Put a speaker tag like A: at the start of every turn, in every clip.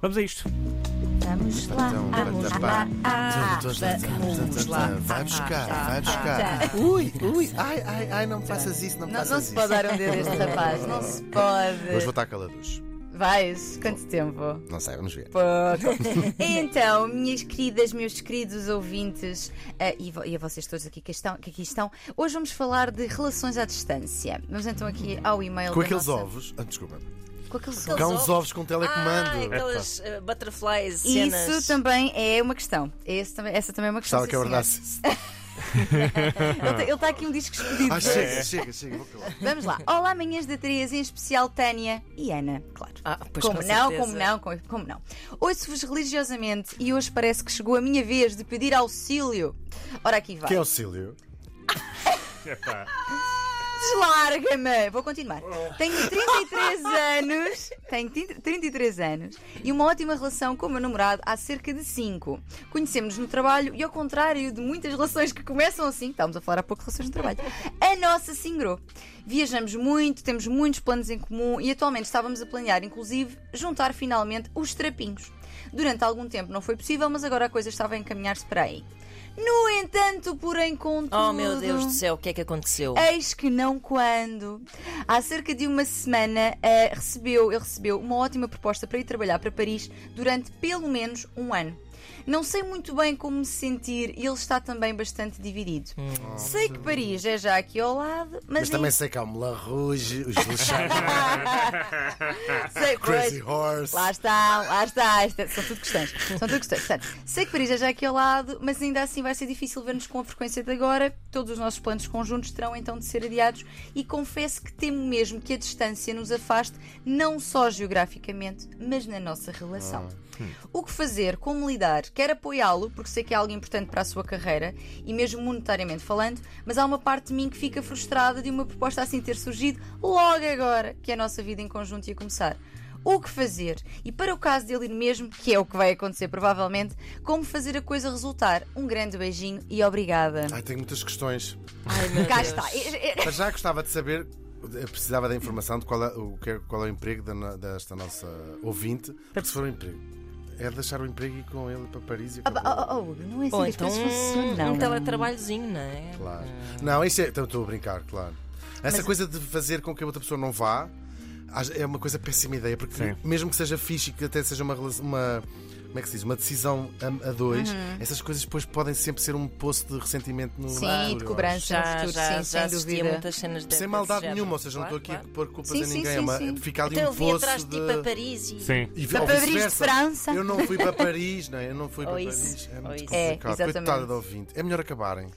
A: Vamos a isto.
B: Vamos lá,
C: Então,
B: vamos
C: tá,
B: lá.
C: pá.
B: Ah,
C: Vamos
B: vamos
C: lá.
B: lá.
C: Vai buscar, vai buscar.
B: tá.
C: Ui, ui, ai, ai, ai, não me faças isso, não me
B: Não, não
C: faças
B: se pode
C: isso.
B: dar um dedo a este rapaz, não se pode.
C: Hoje vou estar caladuz.
B: Vais? Quanto tempo?
C: Não sei, vamos ver.
B: Pouco. então, minhas queridas, meus queridos ouvintes eh, e, vo- e a vocês todos aqui que, estão, que aqui estão, hoje vamos falar de relações à distância. Vamos então aqui ao e-mail.
C: Com
B: da
C: aqueles
B: nossa-
C: ovos. Ah, desculpa.
B: Com aqueles
C: Com
B: ovos.
C: uns ovos com
D: Ah,
C: telecomando.
D: aquelas eh, butterflies, cenas.
B: Isso também é uma questão. Esse também- essa também é uma questão.
C: Gostava que eu
B: sim, senhor.
C: guardasse isso.
B: Ele tem- Ele está aqui um disco escondido.
C: Ah, chega, chega, chega, vou calar.
B: Vamos lá. Olá, manhãs da Teresa, em especial Tânia e Ana, claro.
D: Ah, pois,
B: como
D: com
B: não,
D: certeza.
B: como não, como, como não. Ouço-vos religiosamente e hoje parece que chegou a minha vez de pedir auxílio. Ora, aqui vai.
C: Que é auxílio?
A: Epá.
B: Deslarga-me! Vou continuar. Tenho 33 anos. Tenho 30 33 anos e uma ótima relação com o meu namorado há cerca de 5. Conhecemos-nos no trabalho e, ao contrário de muitas relações que começam assim, estávamos a falar há pouco de relações no trabalho, a nossa se engrou. Viajamos muito, temos muitos planos em comum e atualmente estávamos a planear, inclusive, juntar finalmente os trapinhos. Durante algum tempo não foi possível, mas agora a coisa estava a encaminhar-se para aí. No entanto, porém, contudo.
D: Oh meu Deus do céu, o que é que aconteceu?
B: Eis que não quando. Há cerca de uma semana eh, recebeu, ele recebeu uma ótima proposta para ir trabalhar para Paris durante pelo menos um ano. Não sei muito bem como me sentir e ele está também bastante dividido. Sei que Paris é já aqui ao lado, mas,
C: Mas também
B: ainda-
C: sei que há o Moulin Rouge, os lixados,
B: sei,
C: Crazy Horse.
B: Lá está, lá está. Isto é- São tudo questões. São tudo questões. Portanto, sei que Paris é já aqui ao lado, mas ainda assim vai ser difícil ver-nos com a frequência de agora. Todos os nossos planos conjuntos terão então de ser adiados e confesso que temo mesmo que a distância nos afaste, não só geograficamente, mas na nossa relação. O que fazer? Como lidar? Quero apoiá-lo, porque sei que é algo importante para a sua carreira e mesmo monetariamente falando, mas há uma parte de mim que fica frustrada de uma proposta assim ter surgido logo agora, que é a nossa vida em conjunto ia começar o que fazer e para o caso dele ir mesmo, que é o que vai acontecer provavelmente, como fazer a coisa resultar. Um grande beijinho e obrigada.
C: Ai, tenho muitas questões.
D: Ai, meu
B: Cá
D: Deus.
B: está. É- é-
C: Mas já gostava de saber, eu precisava da informação de qual é o, que é- qual é o emprego da no- desta nossa ouvinte. Porque se for um emprego, é deixar o emprego e ir com ele para Paris e
B: Oh,
C: acabou.
B: oh, oh, Hugo, não é assim
D: Ou
B: que as
D: então
B: coisas funcionam.
D: um, um teletrabalhozinho, não é?
C: Claro. Não, isso é. então, Estou a brincar, claro. Essa coisa de fazer com que a outra pessoa não vá às- é uma coisa péssima ideia, porque
A: Sim.
C: mesmo que seja fixe e que até seja uma. relação- uma como é que se diz? Uma decisão a, a dois, essas coisas depois podem sempre ser um poço de ressentimento no
B: Uhum. Sim, de
C: futuro, eu acho.
B: cobrança no
D: Já,
B: futuro,
D: já,
B: sim,
D: já
B: sem
D: assisti a
B: dúvida.
D: muitas cenas desse
C: Sem maldade
D: género.
C: nenhuma, ou seja, não
D: Claro,
C: estou aqui
D: claro.
C: a pôr culpas
B: Sim,
C: a
B: sim,
C: ninguém.
B: sim,
C: é uma-
B: sim.
C: Fica ali
D: Então eu
C: um
D: vim
C: poço
D: atrás de ti
C: de-
D: para Paris e.
A: Sim.
C: E
B: Para
C: ou
B: Paris de
C: vice-versa.
B: França.
C: Eu não fui para Paris, não é? Eu não fui para
D: Ou isso,
C: Paris. É
D: ou
C: muito
D: isso.
B: É,
C: complicado.
B: exatamente.
C: Coitada da ouvinte. É melhor acabarem.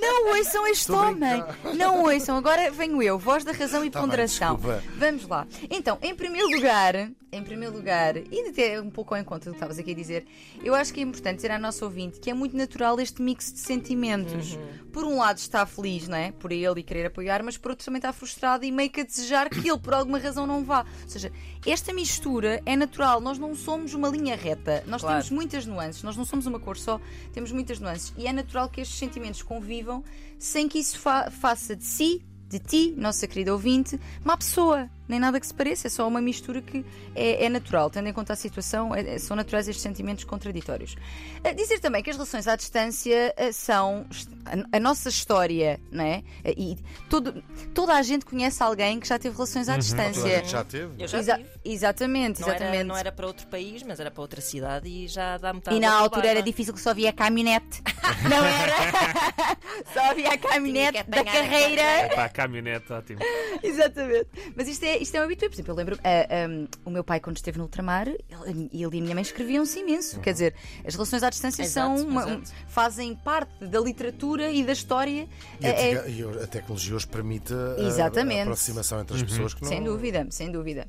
B: Não ouçam este
C: Estou a
B: homem. Não ouçam. Agora venho eu, voz da razão e
C: Tá bem,
B: ponderação.
C: desculpa.
B: Vamos lá. Então, em primeiro lugar, em primeiro lugar, e até um pouco ao encontro do que estavas aqui a dizer, eu acho que é importante dizer à nossa ouvinte que é muito natural este mix de sentimentos. Por um lado está feliz, não é? Por ele e querer apoiar, mas por outro também está frustrado e meio que a desejar que ele por alguma razão não vá. Ou seja, esta mistura é natural. Nós não somos uma linha reta. Nós
D: Claro.
B: temos muitas nuances. Nós não somos uma cor só, temos muitas nuances. E é natural que estes sentimentos convivam sem que isso fa- faça de si, de ti, nossa querida ouvinte, má pessoa. Nem nada que se pareça, é só uma mistura que é, é natural, tendo em conta a situação, é- é- são naturais estes sentimentos contraditórios. A dizer também que as relações à distância eh, são est- a, a nossa história, não é? E todo- toda a gente conhece alguém que já teve relações à
C: Uhum, Toda a
B: distância.
C: gente já teve?
D: Eu já
B: Exa-
D: tive.
B: exatamente,
D: Não
B: exatamente.
D: era, não era para outro país, mas era para outra cidade e já dá metade
B: E
D: da
B: na altura
D: roubada.
B: era difícil que só havia caminhonete. Não era? Só havia a caminhonete
D: Tinha que
B: da
D: apanhar a
B: carreira.
A: Epá, é a caminhonete, ótimo.
B: Exatamente. Mas isto é, isto é um habitué. Por exemplo, eu lembro ah, um, o meu pai, quando esteve no ultramar, ele, ele e a minha mãe escreviam-se imenso. Quer dizer, as relações à distância
D: Exato,
B: são uma- um-
D: exato.
B: fazem parte da literatura e da história.
C: E,
B: É- é-
C: a, te- e a tecnologia hoje permite a-
B: Exatamente.
C: a aproximação entre as pessoas que não. é?
B: Sem dúvida, sem dúvida.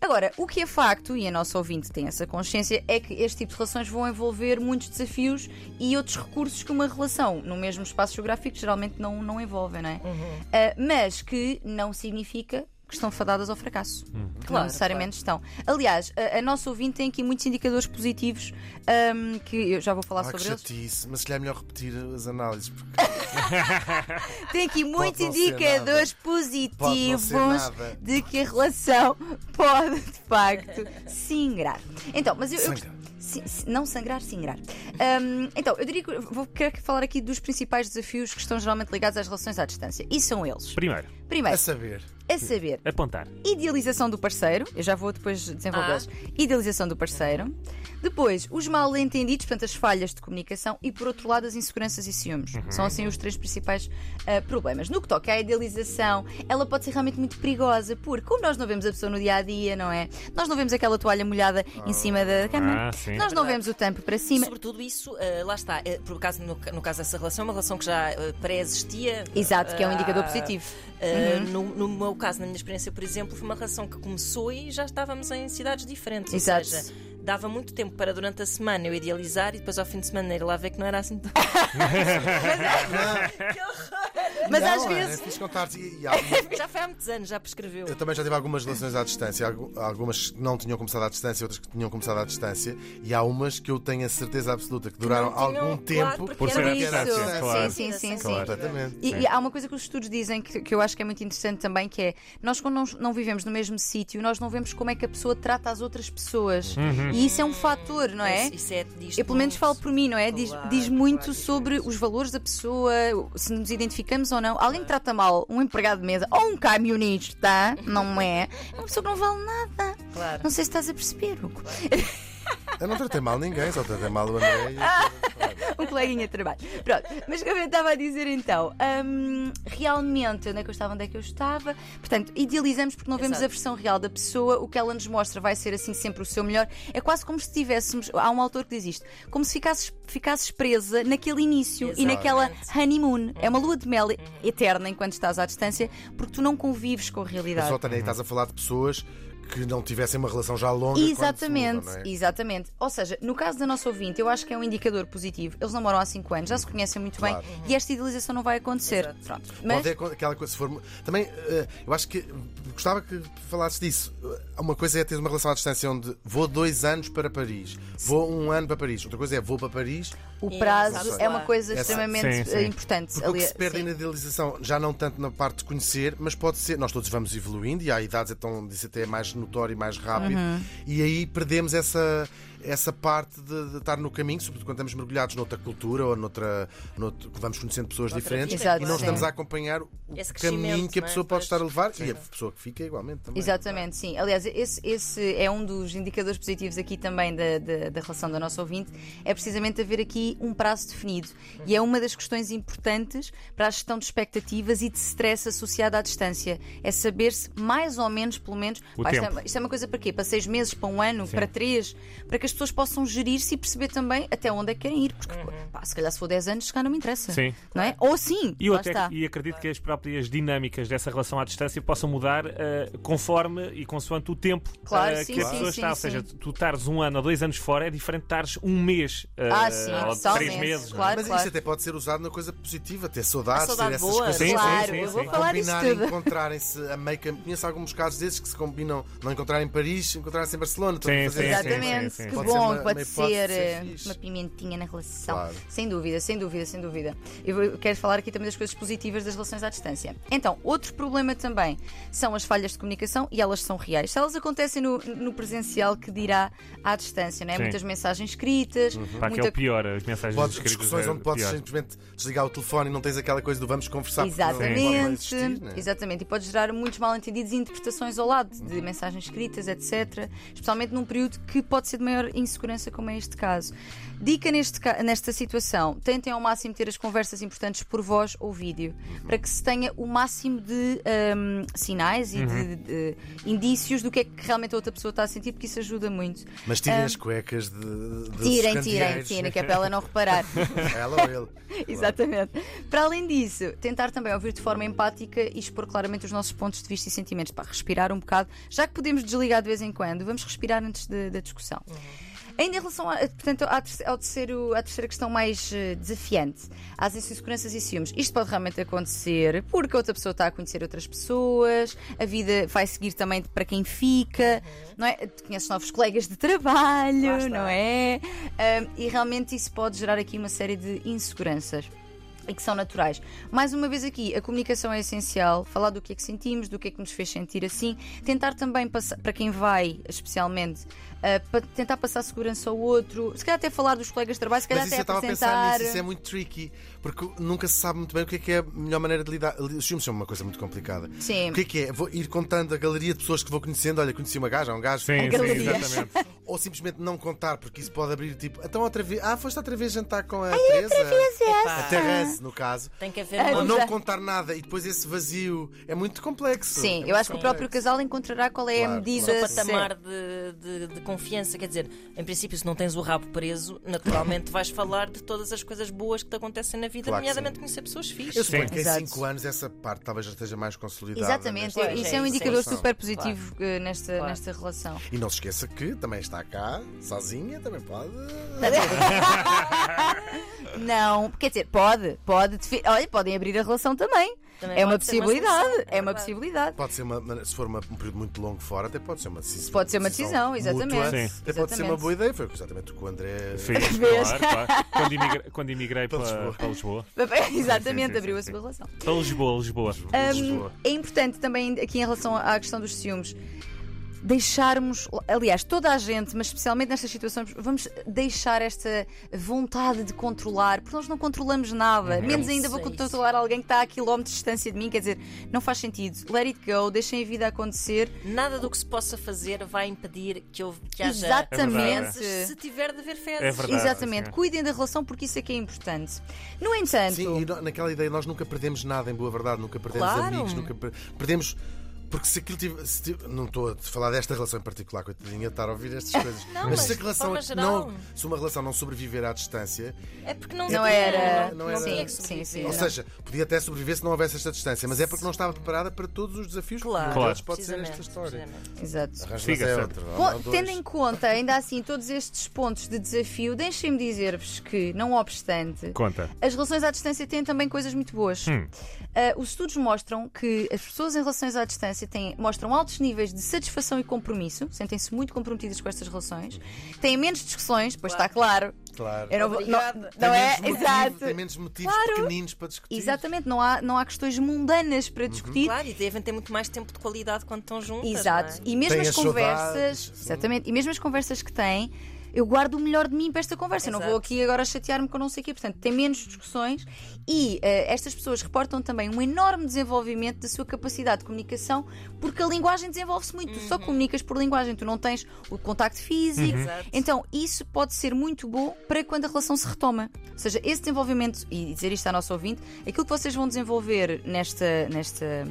B: Agora, o que é facto, e a nossa ouvinte tem essa consciência, é que este tipo de relações vão envolver muitos desafios e outros recursos que uma relação no mesmo
C: Uhum.
B: espaço geográfico geralmente não, não envolvem, não é? Ah, mas que não significa que que estão fadadas ao
C: Uhum.
B: fracasso. Que não
D: Claro,
B: necessariamente estão. Aliás, a, a nossa ouvinte tem aqui muitos indicadores positivos hum, que eu já vou falar
C: Ah, que
B: sobre eles.
C: chatice, mas se calhar é melhor repetir as análises, porque
B: Tem aqui muitos
C: não ser
B: indicadores
C: Pode não
B: positivos
C: ser nada.
B: de que a relação pode, de facto, sangrar. Então, mas eu. eu-
C: Sangrar.
B: Sim, sim, não sangrar, sangrar. Hum, então, eu diria que vou querer falar aqui dos principais desafios que estão geralmente ligados às relações à distância. E são eles.
A: Primeiro,
C: a
B: Primeiro,
C: é saber.
B: a saber,
A: apontar.
C: Uhum.
B: idealização do parceiro. Eu já vou depois desenvolvê-los. Idealização do parceiro. Depois, os mal entendidos, portanto, as falhas de comunicação. E, por outro lado, as inseguranças e ciúmes. São, assim, os três principais ah, problemas. No que toca à idealização, ela pode ser realmente muito perigosa, porque, como nós não vemos a pessoa no dia a dia, não é? Nós não vemos aquela toalha molhada em cima da cama.
A: Ah, sim.
B: nós não vemos o tampo para cima.
D: Sobretudo isso, eh, lá está, eh, por acaso, no, ca- no caso dessa relação, é uma relação que já eh, pré-existia.
B: Exato, que é um
D: Ah,
B: indicador positivo. Uhum.
D: eh, no, no meu caso, na minha experiência, por exemplo, foi uma relação que começou e já estávamos em cidades diferentes. ou
B: Exato.
D: seja, dava muito tempo para durante a semana eu idealizar e depois ao fim de semana ir lá ver que não era assim tão.
B: Mas
C: Não, é,
B: às
C: Ana,
B: vezes.
C: fiz contar-te. E, e há-
D: já foi há muitos anos, já prescreveu.
C: Eu também já tive algumas relações à distância, algu- algumas que não tinham começado à distância, outras que tinham começado à distância, e há umas que eu tenho a certeza absoluta que duraram
D: não tinham,
C: algum
D: claro,
C: tempo
D: porque
A: Por
D: era é?
A: ser à
B: isso.
A: distância,
B: Sim,
A: claro.
B: sim, sim, sim.
C: Completamente.
B: E, e há uma coisa que os estudos dizem que, que eu acho que é muito interessante também, que é nós quando não, não vivemos no mesmo sítio, nós não vemos como é que a pessoa trata as outras pessoas. E isso é um fator, não é?
D: Isso, isso é, diz
B: Eu pelo menos
D: muito.
B: falo por mim, não é? Diz,
D: Claro,
B: diz
D: claro,
B: muito
D: diz
B: sobre os valores da pessoa, se nos identificamos ou não. Alguém que trata mal um empregado de mesa ou um camionista, não é? É uma pessoa que não vale nada.
D: Claro.
B: Não sei se estás a perceber, Hugo.
C: Eu não tratei mal ninguém, só tratei mal o André.
B: um coleguinha de trabalho. Pronto, mas como eu estava a dizer então, hum, realmente, onde é que eu estava, onde é que eu estava? Portanto, idealizamos porque não vemos
D: Exato.
B: a versão real da pessoa, o que ela nos mostra vai ser assim sempre o seu melhor. É quase como se tivéssemos, há um autor que diz isto, como se ficasses, ficasses presa naquele início e
D: Exatamente. Uhum.
B: naquela honeymoon. É uma lua de mel eterna enquanto estás à distância, porque tu não convives com a realidade.
C: Só também estás a falar de pessoas que não tivessem uma relação já longa. quando se
B: Exatamente,
C: mudam, não é?
B: exatamente. Ou seja, no caso da nossa ouvinte, eu acho que é um indicador positivo. Eles namoram há 5 anos, já se conhecem muito
C: Claro.
B: bem e esta idealização não vai acontecer. Pronto. Mas
C: Pode é co- aquela coisa, se for. Também, eh, eu acho que. Gostava que falasses disso. Eh, Uma coisa é ter uma relação à distância onde vou dois anos para Paris, vou um ano para Paris. Outra coisa é vou para Paris.
B: o prazo
D: Exato.
B: é uma coisa
C: Essa-
B: extremamente
A: Sim, sim.
B: eh, importante.
C: Porque o que se perde
B: sim.
C: na idealização, já não tanto na parte de conhecer, mas pode ser, nós todos vamos evoluindo e há idades, então disso até é mais notório e mais rápido,
D: Uhum.
C: e aí perdemos essa, essa parte de, de estar no caminho, sobretudo quando estamos mergulhados noutra cultura ou noutra. noutro- que vamos conhecendo pessoas
D: Noutra
C: diferentes
B: vida,
C: e
B: claro.
C: não estamos
B: Sim.
C: a acompanhar o
D: Esse
C: caminho
D: crescimento,
C: que a
D: não é?
C: pessoa pode
D: Pois.
C: estar a levar e a
D: Sim.
C: pessoa que fica igualmente também.
B: Exatamente, sim. Aliás, esse, esse é um dos indicadores positivos aqui também da, da, da relação da nossa ouvinte, é precisamente haver aqui um prazo definido. E é uma das questões importantes para a gestão de expectativas e de stress associado à distância. É saber-se mais ou menos, pelo menos,
A: O
B: pá, isto, é,
A: tempo.
B: isto é uma coisa para quê? Para seis meses, para um ano, para três, para que as pessoas possam gerir-se e perceber também até onde é que querem ir, porque pá, se calhar se for 10 anos, se calhar não me interessa.
A: Uhum. Sim.
B: Não é? Ou sim,
A: E, eu
B: lá
A: até,
B: está.
A: e acredito que as próprias dinâmicas dessa relação à distância possam mudar eh, conforme e consoante o tempo
B: Claro,
A: eh,
B: sim,
A: que a
B: sim,
A: pessoa
B: sim,
A: está. Ou
B: sim.
A: seja, tu- tu estares um ano ou dois anos fora é diferente de estares um mês eh,
B: Ah, sim,
A: ou três
B: totalmente,
A: meses. não é?
B: claro,
C: Mas
B: claro.
C: isso até pode ser usado na coisa positiva, ter saudades,
D: A saudade
C: ter Ah, essas
D: boa,
C: coisas.
A: Sim, sim,
B: claro,
A: sim,
B: eu
A: sim.
B: vou falar disso
C: combinarem,
B: tudo.
C: encontrarem-se a meio caminho. Conheço alguns casos desses que se combinam não encontrarem em Paris, encontrarem-se em Barcelona. Então,
A: Sim,
C: fazer
A: sim,
C: essa-
A: sim, sim.
B: Exatamente, que
C: Pode ser
B: bom
C: uma-
B: que pode
C: uma hipótese
B: ser
C: de
B: eh,
C: ser fixe.
B: uma pimentinha na relação.
C: Claro.
B: Sem dúvida, sem dúvida, sem dúvida. Eu vou- quero falar aqui também das coisas positivas das relações à distância. Então, outro problema também são as falhas de comunicação e elas são reais. Se elas acontecem no, no presencial, que dirá à distância, não é?
A: Sim.
B: Muitas mensagens escritas,
C: Uhum.
A: Pá, que é
B: muita
A: o pior, as mensagens
C: Podes,
A: escritas.
C: discussões
A: é
C: onde podes
A: pior.
C: simplesmente desligar o telefone e não tens aquela coisa do vamos conversar porque não- não pode mais
B: Exatamente,
C: existir, né?
B: exatamente. E pode gerar muitos mal-entendidos e interpretações ao lado
C: Uhum.
B: de mensagens escritas, etc. Especialmente num período que pode ser de maior insegurança, como é este caso. Dica neste, ca- nesta situação: tentem ao máximo ter as conversas importantes por voz ou vídeo,
C: Uhum.
B: para que se tenha o máximo de hum, sinais e
C: Uhum.
B: de, de- de indícios do que é que realmente a outra pessoa está a sentir, porque isso ajuda muito.
C: Mas tirem as cuecas de, de dos
B: Ah, Tirem, tirem,
C: candeeiros.
B: tirem, que é para ela não reparar.
C: Ela ou ele.
B: Exatamente. Para além disso, tentar também ouvir de forma empática e expor claramente os nossos pontos de vista e sentimentos. Para respirar um bocado, já que podemos desligar de vez em quando, vamos respirar antes de- da discussão. Ainda em relação a- portanto, à, terce- ao terceiro, à terceira questão mais eh, desafiante, às inseguranças e ciúmes, isto pode realmente acontecer porque outra pessoa está a conhecer outras pessoas, a vida vai seguir também para quem fica, não é? Tu conheces novos colegas de
D: Uhum. Lá
B: trabalho,
D: está.
B: não é? Ahm, e realmente isso pode gerar aqui uma série de inseguranças e que são naturais. Mais uma vez aqui, a comunicação é essencial, falar do que é que sentimos, do que é que nos fez sentir assim, tentar também passar, para quem vai, especialmente, ah, pa- tentar passar segurança ao outro, se calhar até falar dos colegas de trabalho, se calhar
C: Mas isso
B: até
C: eu estava a
B: apresentar.
C: pensar nisso, isso é muito tricky, porque nunca se sabe muito bem o que é que é a melhor maneira de lidar. Os filmes são uma coisa muito complicada.
B: Sim.
C: O que é que é? Vou ir contando a galeria de pessoas que vou conhecendo, olha, conheci uma gaja, um gajo.
A: Sim, sim,
B: galeria.
A: exatamente.
C: Ou simplesmente não contar, porque isso pode abrir tipo, então outra vez, ah, foste outra vez jantar com a Teresa.
D: Epá,
C: A Teresa, no caso.
D: Tem que haver
C: Ou
D: uma.
C: não contar nada e depois esse vazio é muito complexo.
B: Sim,
C: É
B: eu acho que o
C: muito
B: próprio
C: complexo.
B: casal encontrará qual é a
C: Claro,
B: medida.
C: claro.
B: certa.
D: patamar de, de- de confiança. Quer dizer, em princípio, se não tens o rabo preso, naturalmente vais falar de todas as coisas boas que te acontecem na vida,
C: Claro que
D: nomeadamente
C: sim.
D: conhecer pessoas
C: Eu
D: fixes.
C: suponho
A: Sim.
C: que em
B: é Exato.
C: 5 anos essa parte talvez já esteja mais consolidada.
B: Exatamente,
C: nesta-
D: Pois,
B: isso
D: é
B: é um
D: isso,
B: indicador
D: é isso.
B: super positivo eh, nesta,
D: Claro.
B: nesta relação.
C: E não se esqueça que também está cá, sozinha, também pode.
B: Não, quer dizer, pode, pode, defi- olha, podem abrir a relação também.
D: Também
B: é uma
D: pode ser uma
B: possibilidade,
D: solução,
B: é
D: é
B: uma
D: verdade.
B: possibilidade.
C: Pode ser uma, se for uma- um período muito longo fora, até pode ser uma decisão.
B: Pode ser uma decisão, exatamente.
C: mútua.
A: Sim.
C: Até pode ser uma
B: Exatamente.
C: boa ideia, foi exatamente o que o André.
A: Fiz, claro, claro. Quando imigrei, quando imigrei
C: Para
A: para,
C: Lisboa.
A: para Lisboa. Sim, sim,
B: Exatamente,
A: sim,
B: abriu a
A: sim.
B: sua relação.
A: Para Lisboa, Lisboa.
B: Hum, é importante também aqui em relação à questão dos ciúmes. Deixarmos, aliás, toda a gente, mas especialmente nestas situações, vamos deixar esta vontade de controlar, porque nós não controlamos
C: Uhum.
B: nada, menos
D: Isso,
B: ainda vou
D: é isso.
B: controlar alguém que está a quilómetros de distância de mim, quer dizer, não faz sentido. Let it go, deixem a vida acontecer.
D: Nada do que se possa fazer vai impedir que, houve, que haja
B: Exatamente.
D: fezes, se tiver de haver fezes.
A: É verdade.
B: Exatamente,
A: sim.
B: cuidem da relação porque isso é que é importante. No entanto,
C: Sim, e no- naquela ideia nós nunca perdemos nada, em boa verdade, nunca perdemos
D: Claro.
C: amigos, nunca per- perdemos. Porque se aquilo tive, se tive- Não estou a falar desta relação em particular, coitadinha, de estar a ouvir estas coisas.
D: mas
C: se, a
D: de
C: relação, é
D: forma geral.
C: não, se uma relação não sobreviver à distância,
D: É porque não,
B: Não
D: tinha,
B: era-
D: Não,
C: não era-
D: tinha que
B: Sim,
D: sobreviver.
B: sim, sim.
C: ou
B: Não.
C: seja, podia até sobreviver se não houvesse esta distância, mas é porque não estava preparada para todos os desafios
D: Claro,
C: que um deles pode ser
D: precisamente,
C: esta história.
D: precisamente.
B: exato.
C: Arranjas
A: Siga,
C: é
A: certo.
C: outro. ou
B: Bom,
C: não, dois.
B: tendo em conta, ainda assim, todos estes pontos de desafio, deixem-me dizer-vos que, não obstante,
A: Conta.
B: as relações à distância têm também coisas muito boas. Ah, os estudos mostram que as pessoas em relações à distância têm, mostram altos níveis de satisfação e compromisso, sentem-se muito comprometidas com estas relações, têm menos discussões, pois está claro.
C: Claro.
B: Eu não, vou- não,
D: Obrigada.
B: não
C: Tem
B: é?
C: menos motivo-
B: Exato.
C: Tem menos motivos pequeninos para discutir.
B: Exatamente, não há, não há questões mundanas para discutir.
D: Claro, e devem ter muito mais tempo de qualidade quando estão juntas.
B: Exato.
D: não é?
B: E mesmo
C: Tem
B: as
C: as
B: conversas,
C: saudades, sim.
B: exatamente, e mesmo as conversas que têm, eu guardo o melhor de mim para esta conversa. Eu Não
D: Exato.
B: vou aqui agora chatear-me com não sei o quê. Portanto, tem menos discussões e eh, estas pessoas reportam também um enorme desenvolvimento da sua capacidade de comunicação, porque a linguagem desenvolve-se muito.
D: Uhum.
B: Tu só comunicas por linguagem, tu não tens o contacto físico.
D: Exato.
B: Então, isso pode ser muito bom para quando a relação se retoma. Ou seja, esse desenvolvimento, e dizer isto à nossa ouvinte, aquilo que vocês vão desenvolver nesta, nesta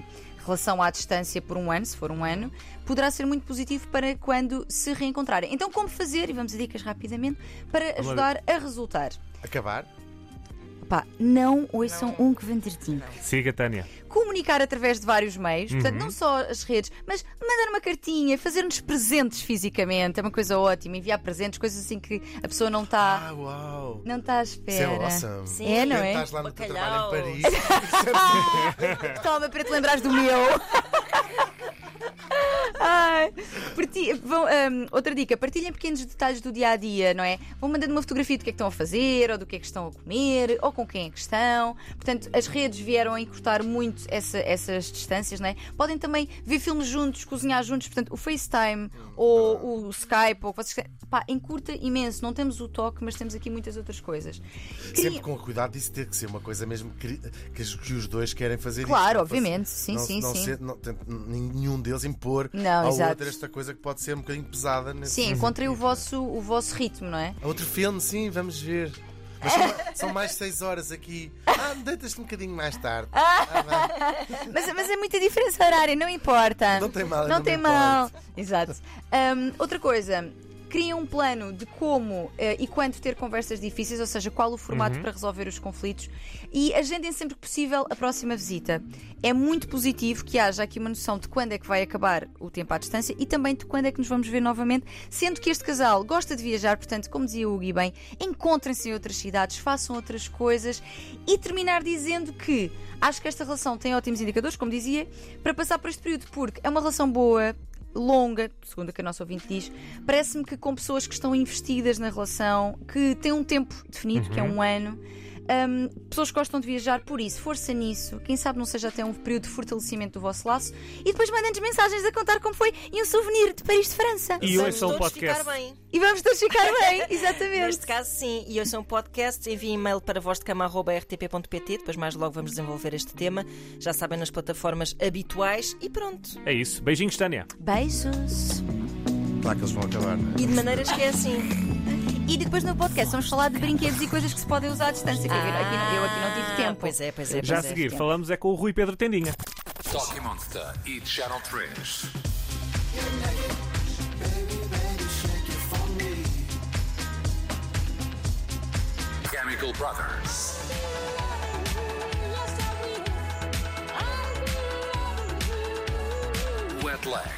B: relação à distância por um ano, se for um ano, poderá ser muito positivo para quando se reencontrarem. Então, como fazer, e vamos a dicas rapidamente, para
A: Vamos lá
B: ajudar a resultar?
C: Acabar.
B: Pá, não ouçam um que vendertinho.
A: Siga, Tânia.
B: Comunicar através de vários meios,
A: Uhum.
B: portanto, não só as redes, mas mandar uma cartinha, fazer-nos presentes fisicamente, é uma coisa ótima, enviar presentes, coisas assim que a pessoa não está.
C: Ah, uau.
B: Não está à
C: Isso é
B: espera.
C: awesome.
D: Sim.
B: É, não
C: Quando
B: é?
C: Estás lá no teu
D: Bacalhau.
C: trabalho em Paris.
B: Toma, para te lembrares do meu. Ai, parti- vão, hum, outra dica, partilhem pequenos detalhes do dia a dia, não é? Vão mandando uma fotografia do que é que estão a fazer, ou do que é que estão a comer, ou com quem é que estão. Portanto, as redes vieram a encurtar muito essa- essas distâncias, não é? Podem também ver filmes juntos, cozinhar juntos, portanto, o FaceTime
C: Hum,
B: ou o Skype, ou o que vocês quiserem. Pá, encurta imenso. Não temos o toque, mas temos aqui muitas outras coisas.
C: Sempre com o cuidado disso ter que ser uma coisa mesmo que, que os- que os dois querem fazer.
B: Claro,
C: isto. Não
B: obviamente.
C: fosse-
B: Sim,
C: não-
B: sim,
C: não
B: sim.
C: ser- não- tem- nenhum deles impor
B: Não,
C: ao
B: exato.
C: outro esta coisa que pode ser um bocadinho pesada. nesse
B: Sim,
C: sentido.
B: encontrem o vosso, o vosso ritmo, não é?
C: Outro filme, sim, vamos ver. Mas são, são mais 6 horas aqui. Ah, deitas-te um bocadinho mais tarde.
B: Ah.
C: Ah,
B: Mas, mas é muita diferença horária, não importa.
C: Não tem mal,
B: Não,
C: não
B: tem
C: me
B: mal. Exato. Hum, outra coisa. cria um plano de como eh, e quando ter conversas difíceis, ou seja, qual o formato para resolver os conflitos e agendem sempre que possível a próxima visita. É muito positivo que haja aqui uma noção de quando é que vai acabar o tempo à distância e também de quando é que nos vamos ver novamente, sendo que este casal gosta de viajar, portanto, como dizia o Gui bem, encontrem-se em outras cidades, façam outras coisas e terminar dizendo que acho que esta relação tem ótimos indicadores, como dizia, para passar por este período, porque é uma relação boa, longa, segundo o que a nossa ouvinte diz, parece-me que com pessoas que estão investidas na relação, que têm um tempo definido, que é um ano, hum, pessoas que gostam de viajar, por isso, força nisso, quem sabe não seja até um período de fortalecimento do vosso laço, e depois mandem-nos mensagens a contar como foi e um souvenir de Paris de França.
A: E
D: Vamos
A: ouçam o
D: todos
A: podcast.
D: ficar bem.
B: E vamos todos ficar bem,
D: Neste
B: exatamente.
D: caso, sim. E ouçam o podcast, enviem e-mail para vozdecama.rtp.pt. Depois, mais logo, vamos desenvolver este tema. Já sabem, nas plataformas habituais. E pronto.
A: É isso. Beijinhos, Tânia.
B: Beijos.
C: Claro que eles vão acabar, não é?
D: E de maneiras que é assim.
B: E depois no podcast vamos falar de brinquedos e coisas que se podem usar à distância, que eu, aqui, não- eu aqui não tive tempo.
D: Pois é, pois é.
A: Já a
D: pois é.
A: seguir, falamos é com o Rui Pedro Tendinha.
E: Toque Monster e Channel 3. Chemical Brothers. Wet Leg.